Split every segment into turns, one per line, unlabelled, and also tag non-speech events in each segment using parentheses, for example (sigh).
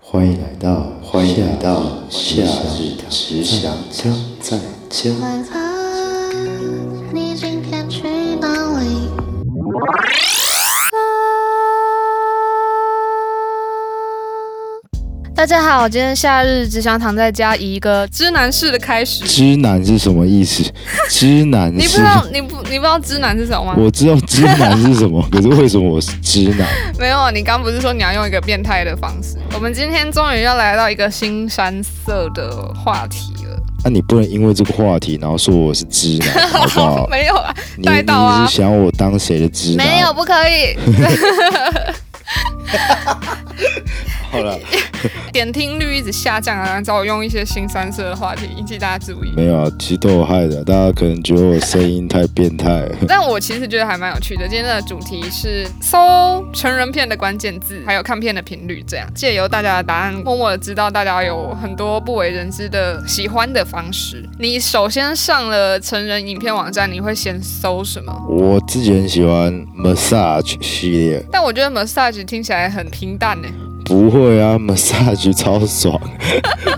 欢迎来到，欢迎来到夏日只想家在家。
晚安，你今天去哪里？
大家好，今天夏日只想躺在家，以一个知男式的开始。
知男是什么意思？知男
(laughs) 你不
是
知，道，你不，你不知道知男是什么吗？
我知道知男是什么，可 (laughs) 是为什么我是知男？
没有，啊你刚不是说你要用一个变态的方式？我们今天终于要来到一个新山色的话题了。
啊那、你不能因为这个话题，然后说我是知
(laughs)
男，好不好？
没有啊，
哦你
带到啊
你是想我当谁的知男？
没有，，不可以。
好了，
点听率一直下降啊，找我用一些新三色的话题引起大家注意。
没有啊，其实都有害的。大家可能觉得我声音太变态了，
但我其实觉得还蛮有趣的。今天的主题是搜成人片的关键字，还有看片的频率，这样借由大家的答案，默默的知道大家有很多不为人知的喜欢的方式。你首先上了成人影片网站，你会先搜什么？
我自己很喜欢 massage 系列，
但我觉得 massage 听起来很平淡欸呢、
不会啊，massage 超
(laughs)
爽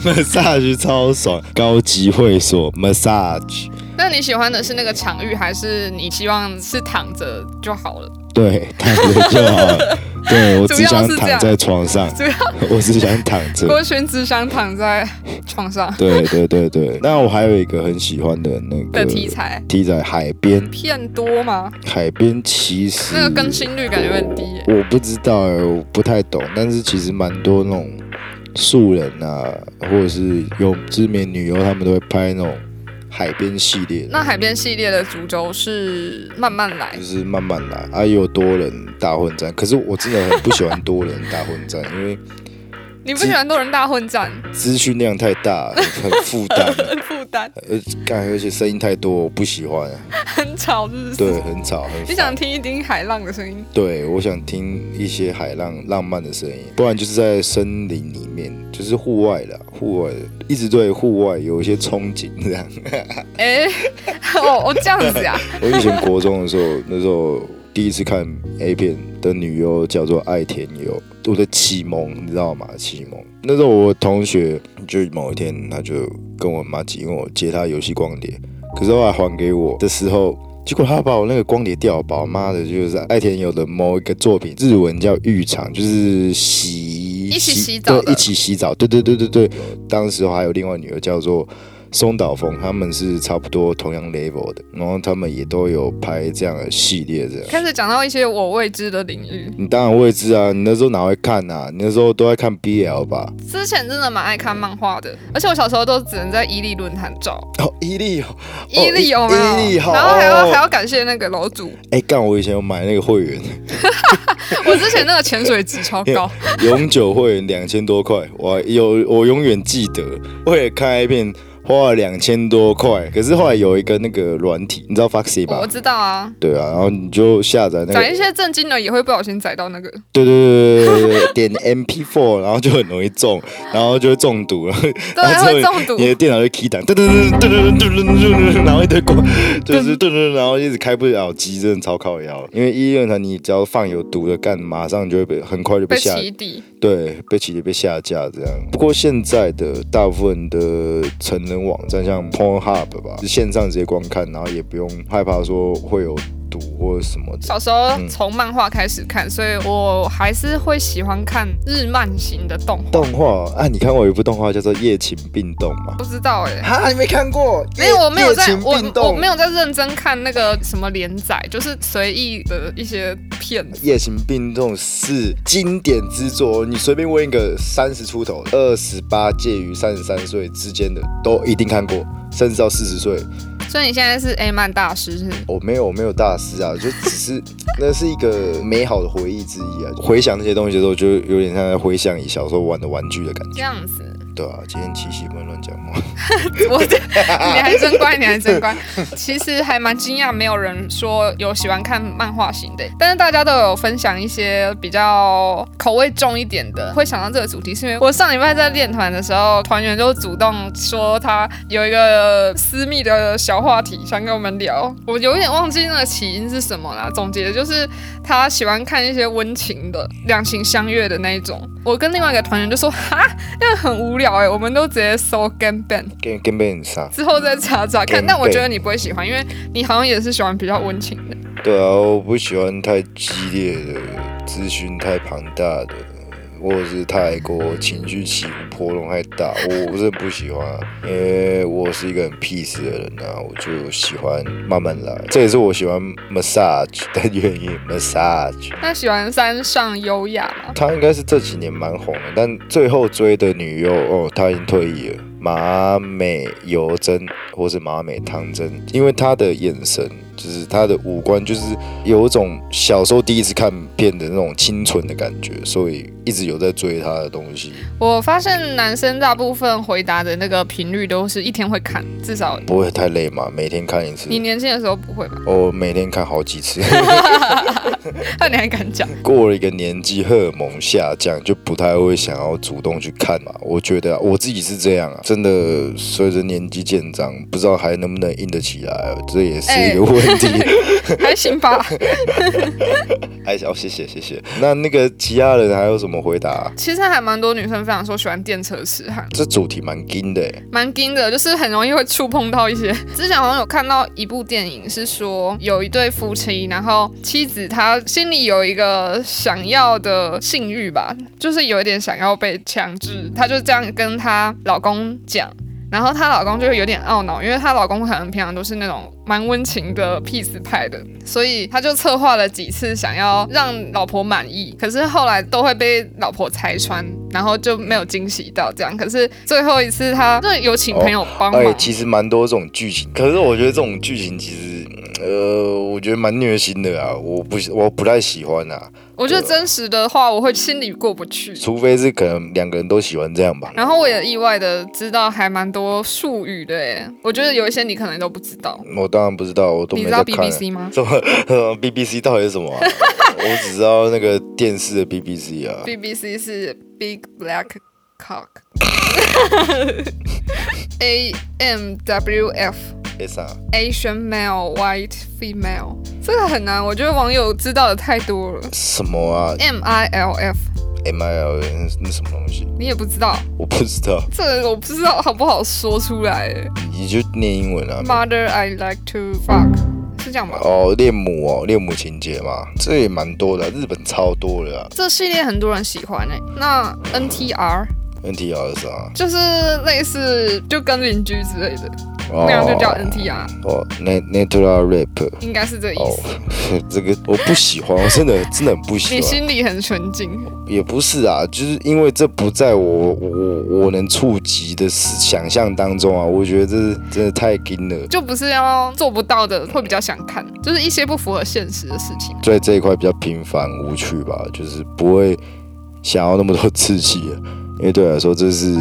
，massage 超爽，高级会所 massage，
那你喜欢的是那个场域，还是你希望是躺着就好了？
对，躺着就好
(laughs)
了。对我
主
只
要
想
是这
躺
样
在床上
主要，
我只想躺着。
郭轩只想躺在床上
对对对对，那我还有一个很喜欢的那个
的题材。
题材海边，
片多吗？
海边其实
那个更新率感觉很低、耶。
我不知道哎、我不太懂，但是其实蛮多那种素人啊，或者是有知名女优，他们都会拍那种海边系列的
那。海边系列的主轴是慢慢来
就，是慢慢来啊，也有多人大混战，可是我真的很不喜欢多人大混
(laughs)
战，因为
你不喜欢多人大混战，
资讯量太大，很负担， (laughs)
负担
呃，干而且声音太多，我不喜欢，
很吵，是不是？
对，很吵，很
你
烦。
想听一听海浪的声音？
对，我想听一些海浪浪漫的声音，不然就是在森林里面，就是户外啦，户外一直对户外有一些憧憬这样。
哎、 (laughs) 哦哦，这样子
(laughs)
啊，
我以前国中的时候，那时候第一次看 A 片的女优叫做爱田优，我的启蒙，你知道吗？启蒙。那时候我同学就某一天，他就跟我妈急问我借他游戏光碟，可是后来还给我的时候。结果他把我那个光碟调包，妈的，就是爱田友的某一个作品，日文叫浴场，就是洗
一起洗澡的
对，一起洗澡，对对对对对。当时还有另外女儿叫做松岛枫，他们是差不多同样 level 的，然后他们也都有拍这样的系列这样。
开始讲到一些我未知的领域。
你当然会知啊，你那时候哪会看啊？你那时候都在看 BL 吧？
之前真的蛮爱看漫画的，而且我小时候都只能在伊利论坛找
哦，伊利哦，
伊利有没
伊利
有？
好
然后还要
哦
还要感谢那个楼主，
哎、干！我以前有买那个会员，
我之前那个潜水值超
(laughs)
高，
永久会员两千多块，我还有我永远记得，为了看 A 片花了两千多块。可是后来有一个那个软体，你知道 Foxy 吧
我？知道啊，
对啊，然后你就下载那个
讲一些震惊的也会不小心载到那个。
对对对对对对，点 MP4，然后就很容易中，然后就会中毒，然后
对
然后之后
会中毒
你的电脑就 key 档，噔噔噔噔噔噔噔噔，然后一堆光，就是噔噔，然后一直开不了机，真的超靠腰。因为医院它你只要放有毒的干，马上就会被很快就被
被
下，
起底，
对，被起底被下架这样。不过现在的大部分的成人网站，像 Pornhub 吧，线上直接观看，然后也不用害怕说会有毒或者什么的。
小时候从漫画开始看，所以我还是会喜欢看日漫型的动画。
动画啊，你看过有一部动画叫做《夜勤并动》吗？
不知道哎、
(laughs) 哈，你没看过？
因为我没有在
夜勤
我
并动
我没有在认真看那个什么连载，就是随意的一些片子。
夜行病动是经典之作，你随便问一个三十出头、二十八介于三十三岁之间的，都一定看过，甚至到四十岁。
所以你现在是 A 漫大师是不是
我没有，我没有大师啊，就只是 (laughs) 那是一个美好的回忆之一啊。回想那些东西的时候，就有点像在回想你小时候玩的玩具的感觉。
这样子。
对啊，今天七夕不能乱讲话。
我这你还真乖，你还真乖。其实还蛮惊讶，没有人说有喜欢看漫画型的，但是大家都有分享一些比较口味重一点的。会想到这个主题，是因为我上礼拜在练团的时候，团员就主动说他有一个私密的小话题想跟我们聊，我有点忘记那个起因是什么啦。总结就是他喜欢看一些温情的、两情相悦的那一种。我跟另外一个团员就说：“哈，那个很无聊哎、我们都直接搜 Game Band。”
跟跟被人杀。
之后再查查看。
嗯
但我
对
觉得你不会喜欢，因为你好像也是喜欢比较温情的。
对啊，我不喜欢太激烈的资讯，太庞大的，或者是太过情绪起伏波动太大，我我是不喜欢啊，因为我是一个很 peace 的人啊，我就喜欢慢慢来，这也是我喜欢 massage 的原因，massage。
那喜欢山上优雅吗？
她应该是这几年蛮红的，但最后追的女优哦，她已经退役了。马美由真或是马美汤真，因为她的眼神，就是她的五官，就是有一种小时候第一次看片的那种清纯的感觉，所以一直有在追她的东西。
我发现男生大部分回答的那个频率都是一天会看，至少
不会太累嘛？每天看一次，
你年轻的时候不会吧？
我、每天看好几次。
那你还敢讲？
过了一个年纪，荷尔蒙下降，就不太会想要主动去看嘛。我觉得啊、我自己是这样啊，真的随着年纪渐长，不知道还能不能硬得起来啊，这也是一个问题。
哎还行吧。
(laughs) 哎，哦，谢谢谢谢。那那个其他人还有什么回答啊、
其实还蛮多女生非常说喜欢电车痴汉，
这主题蛮硬的欸，
蛮惊的，就是很容易会触碰到一些。 (laughs) 之前好像有看到一部电影，是说有一对夫妻，然后妻子她心里有一个想要的性欲吧，就是有一点想要被强制，她就这样跟她老公讲。然后她老公就有点懊恼，因为她老公可能平常都是那种蛮温情的 peace 派的，所以他就策划了几次想要让老婆满意，可是后来都会被老婆拆穿，然后就没有惊喜到这样。可是最后一次他那有请朋友帮忙，
哎，其实蛮多这种剧情，可是我觉得这种剧情其实，呃，我觉得蛮虐心的啊，我不我不太喜欢啊，
我觉得真实的话我会心里过不去。
除非是可能两个人都喜欢这样吧。
然后我也意外的知道还蛮多术语的诶，我觉得有一些你可能都不知道。
我当然不知道，我都
你
没
知
在
道
看啊。
BBC 吗
什么 (laughs) BBC 到底是什
(laughs)
么、啊？我只知道那个电视的 BBC 啊，
BBC 是 Big Black Cock 。A M W F
啥？
Asian male white female，这个很难，我觉得网友知道的太多了。
什么啊
M I L F，
？M I L 那什么东西？
你也不知道，
我不知道，
这个我不知道好不好说出来欸。
你就念英文啊。
Mother I like to fuck，是这样吗？
哦，恋母哦，恋母情节嘛，这也蛮多的啊、日本超多的啊。
这系列很多人喜欢诶、那 NTR
NTR 是啊，
就是类似就跟邻居之类的，
哦
那样就叫 NTR，
哦，Nat Natural Rap
应该是这个意
哦 (laughs)
思。，
这个我不喜欢，我真的真的很不喜
你
欢。
心里很纯净，
也不是啊，就是因为这不在我我我能触及的思想象当中啊，我觉得这是真的太硬了，
就不是要做不到的，会比较想看，就是一些不符合现实的事情。
在这一块比较平凡无趣吧，就是不会想要那么多刺激了，因为对我来说这是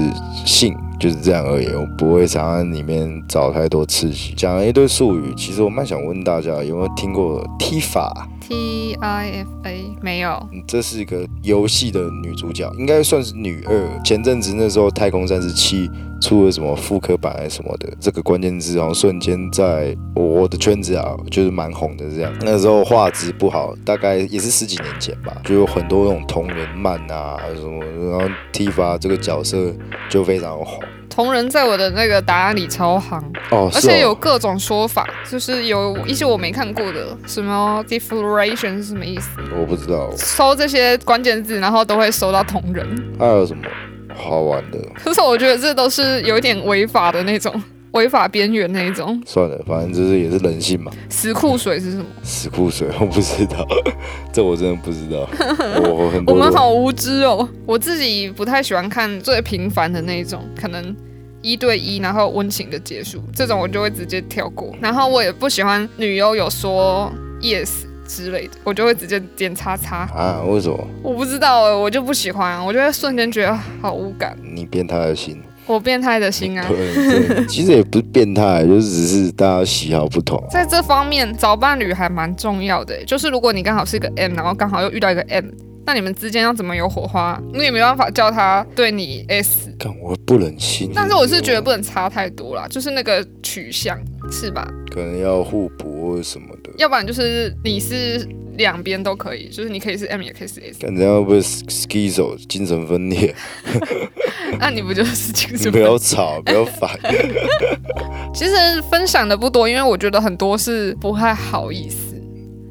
性就是这样而已，我不会常常里面找太多刺激。讲了一堆术语，其实我蛮想问大家有没有听过 T 法？
T I F A 没有，
嗯这是一个游戏的女主角，应该算是女二。前阵子那时候《太空战士七》出了什么复刻版还是什么的，这个关键字好像瞬间在我的圈子啊，就是蛮红的这样。那时候画质不好，大概也是十几年前吧，就有很多那种同人漫啊什么，然后 Tifa 这个角色就非常红。
同人在我的那个答案里超行，
哦，
而
是
且有
哦，
各种说法，就是有一些我没看过的，什么 defloration 是什么意思？
我不知道
搜这些关键字，然后都会搜到同人，
还有什么好玩的。
可是我觉得这都是有一点违法的那种，违法边缘那一种。
算了，反正就是也是人性嘛。
死库水是什么？
死库水，我不知道， (laughs) 这我真的不知
(laughs)
道。我很
我
多
们
都
好无知哦，我自己不太喜欢看最平凡的那一种，可能一对一，然后温情的结束，这种我就会直接跳过。然后我也不喜欢女优有说 yes，之类的，我就会直接点叉叉。
啊？为什么？
我不知道、欸，我就不喜欢，我就会瞬间觉得啊好无感，
你变态的心，
我变态的心啊。
对，
(laughs)
对其实也不是变态，就是只是大家喜好不同。啊
在这方面找伴侣还蛮重要的欸，就是如果你刚好是一个 M，然后刚好又遇到一个 M，那你们之间要怎么有火花？啊你也没办法叫他对你 S，
看我不忍心，
但是我是
嗯
觉得不能差太多啦，就是那个取向是吧？
可能要互补或什么的。
要不然就是你是两边都可以，就是你可以是 M 也可以是
(laughs)
S，
看这样会不会 schizo 精神分
(laughs)
裂？
那你不就是 (laughs) 精
你
神
不
分裂？
要吵，不要烦。
其实分享的不多，因为我觉得很多是不太好意思，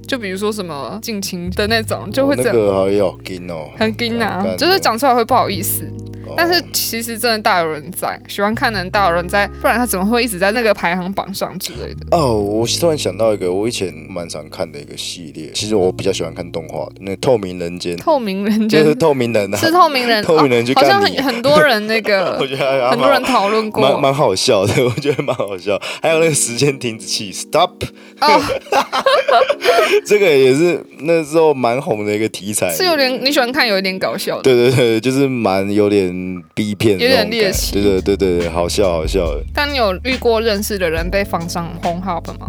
就比如说什么近亲的那种， (laughs) 就会
哦
整、
那个好有劲哦，
很惊
干
啊，
的
就是讲出来会不好意思。
哦
但是其实真的大有人在，喜欢看的人大有人在，不然他怎么会一直在那个排行榜上之类的？
哦，我突然想到一个我以前蛮常看的一个系列，其实我比较喜欢看动画的，那个《透明人间》
透明人
就
间
是透明人啊，
是透明
(laughs)
人，
透明人去
哦好像
干
很
你
很多人
(laughs)
那个
我觉得还
很多人
蛮
讨论过
啊蛮蛮好笑的，我 (laughs) 觉得蛮好笑。还有那个时间停止器 stop，
哦，
(laughs) 这个也是那时候蛮红的一个题材，
是有点你喜欢看有一点搞笑的，
对对对，就是蛮有点逼片的
有
那
点
种感，
猎奇
对对对对对，好笑好笑
(laughs)
的。
但你有遇过认识的人被放上红 hub 吗？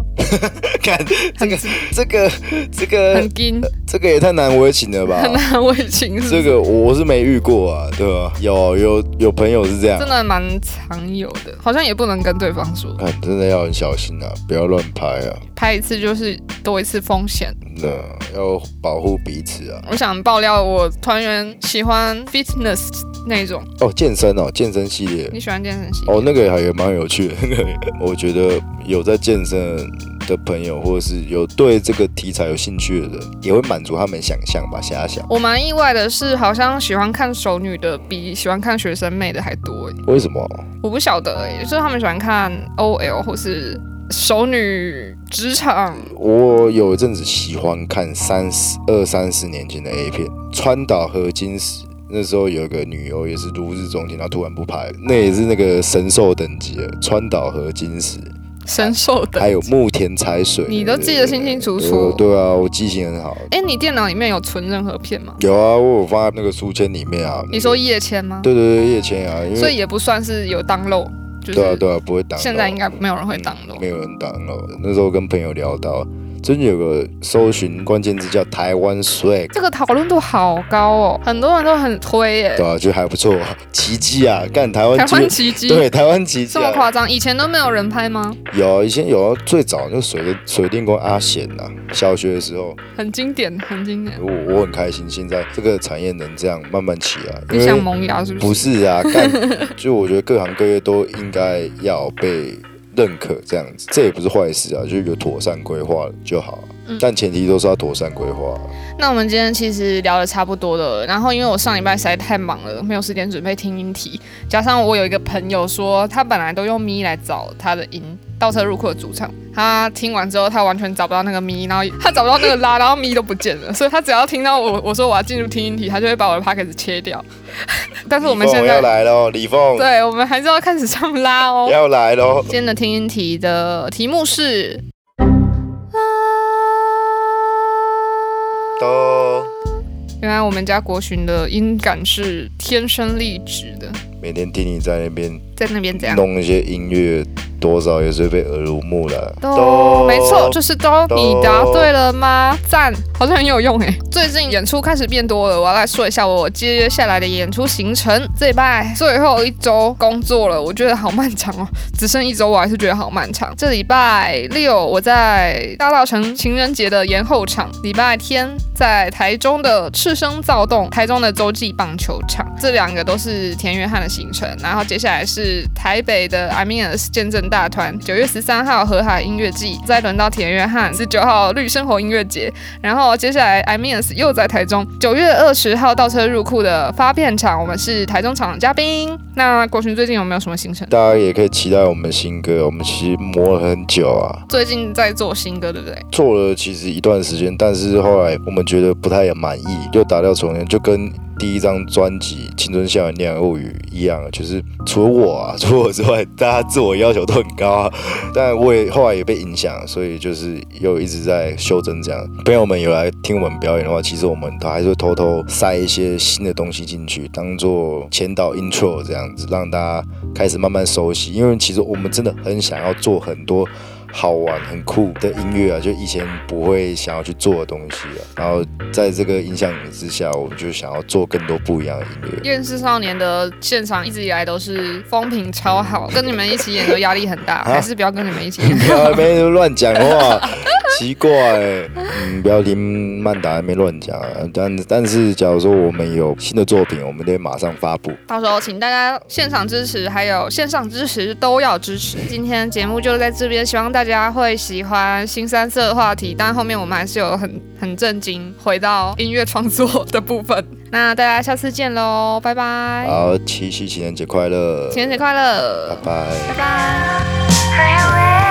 看
很
这个这个
很惊， (laughs)
这个也太难为情了吧？
很难为情，是不
这
是
个我是没遇过啊，对吧？有有有朋友是这样
真，的蛮常有的，好像也不能跟对方说，
看真的要很小心啊，不要乱拍啊，
拍一次就是多一次风险。
那要保护彼此啊。
我想爆料，我团员喜欢 fitness 那种，
哦，健身哦，健身系列
你喜欢健身系？
哦，那个还也蛮有趣的。 (laughs) 那个也我觉得有在健身的朋友，或者是有对这个题材有兴趣的人，也会满足他们想象吧，遐想。
我蛮意外的是，好像喜欢看熟女的比喜欢看学生妹的还多诶，
为什么？
我不晓得诶，就是他们喜欢看 OL 或是熟女职场，
我有一阵子喜欢看三十二三十年前的 A 片，《川岛合金时》。那时候有一个女优也是如日中天，然后突然不拍了，那也是那个神兽等级了。川岛合金时，
深受的。
还有木田彩水，
你都记得清清楚
对
楚
对啊，我记性很好。
哎，你电脑里面有存任何片吗？
有啊，我有放在那个书签里面啊。
你说夜签吗？
对对对，夜签啊，因
所
为
以也不算是有当漏，就
对啊
是
对啊，不会挡。
现在应该没有人会当漏
嗯。没有人挡了。那时候跟朋友聊到，最近有个搜寻关键字叫台湾 swag，
这个讨论度好高哦，很多人都很推耶、
对啊，就还不错，奇迹啊，干台湾
台湾
奇
奇迹，
对台湾奇迹
这么
啊，
夸张，以前都没有人拍吗？
有啊以前有啊，最早就水电水电工阿贤呐、小学的时候，
很经典，很经典。
我我很开心，现在这个产业能这样慢慢起来，
你
因
想
为
萌芽是不是？
不是
(laughs)
啊，干就我觉得各行各业都应该要被认可这样子，这也不是坏事啊，就是有妥善规划就好啊、
嗯
但前提都是要妥善规划啊。
那我们今天其实聊的差不多了，然后因为我上礼拜实在太忙了，没有时间准备听音题，加上我有一个朋友说，他本来都用咪来找他的音，倒车入库的主唱，他听完之后他完全找不到那个咪，然后他找不到那个拉，然后咪都不见了，所以他只要听到我我说我要进入听音题，他就会把我的 p o c k e t 切掉。但是我们
李凤
现
要
在，
来喽，李凤
对我们还是要开始唱拉哦。
要来喽。
今天的听音题的题目是
都
原来我们家国巡的音感是天生丽质的，
每天听你在那边
在那边怎样？
弄一些音乐，多少也是被耳濡目染。
都没错，就是是都。
都
你答对了吗？赞，好像很有用哎。最近演出开始变多了，我要来说一下我接下来的演出行程。这礼拜最后一周工作了，我觉得好漫长哦，只剩一周，我还是觉得好漫长。这礼拜六我在大稻城情人节的延后场，礼拜天在台中的赤声躁动，台中的洲际棒球场，这两个都是田约翰的行程。然后接下来是台北的 i m e a n s 见证大团，九月十三号河海音乐季，再轮到田约翰，十九号绿生活音乐节，然后接下来 i m e a n s 又在台中，九月二十号倒车入库的发片场，我们是台中场的嘉宾。那国群最近有没有什么行程？
大家也可以期待我们新歌，我们其实磨了很久啊，
最近在做新歌，对不对？
做了其实一段时间，但是后来我们觉得不太满意，又打掉重练，就跟第一张专辑《青春校园恋爱物语》一样，就是除了我啊，除了我之外，大家自我要求都很高啊。但我也后来也被影响，所以就是又一直在修正这样。朋友们有来听我们表演的话，其实我们都还是会偷偷塞一些新的东西进去，当做前导 intro 这样子，让大家开始慢慢熟悉。因为其实我们真的很想要做很多。好玩、很酷的音乐啊，就以前不会想要去做的东西啊。然后在这个影响之下，我们就想要做更多不一样的音乐。
厌世少年的现场一直以来都是风评超好，跟你们一起演都压力很大，还是不要跟你们一
(laughs)
起演。
不要在那边乱讲话，奇怪、嗯，不要听曼达那边乱讲啊。但但是，假如说我们有新的作品，我们得马上发布。
到时候请大家现场支持，还有线上支持都要支持。今天节目就在这边，希望大家会喜欢新三色的话题，但后面我们还是有很很震惊，回到音乐创作的部分。那大家下次见喽，拜拜，
好，七夕情人节快乐，
情人节快乐，
拜拜。
拜拜。
Farewell.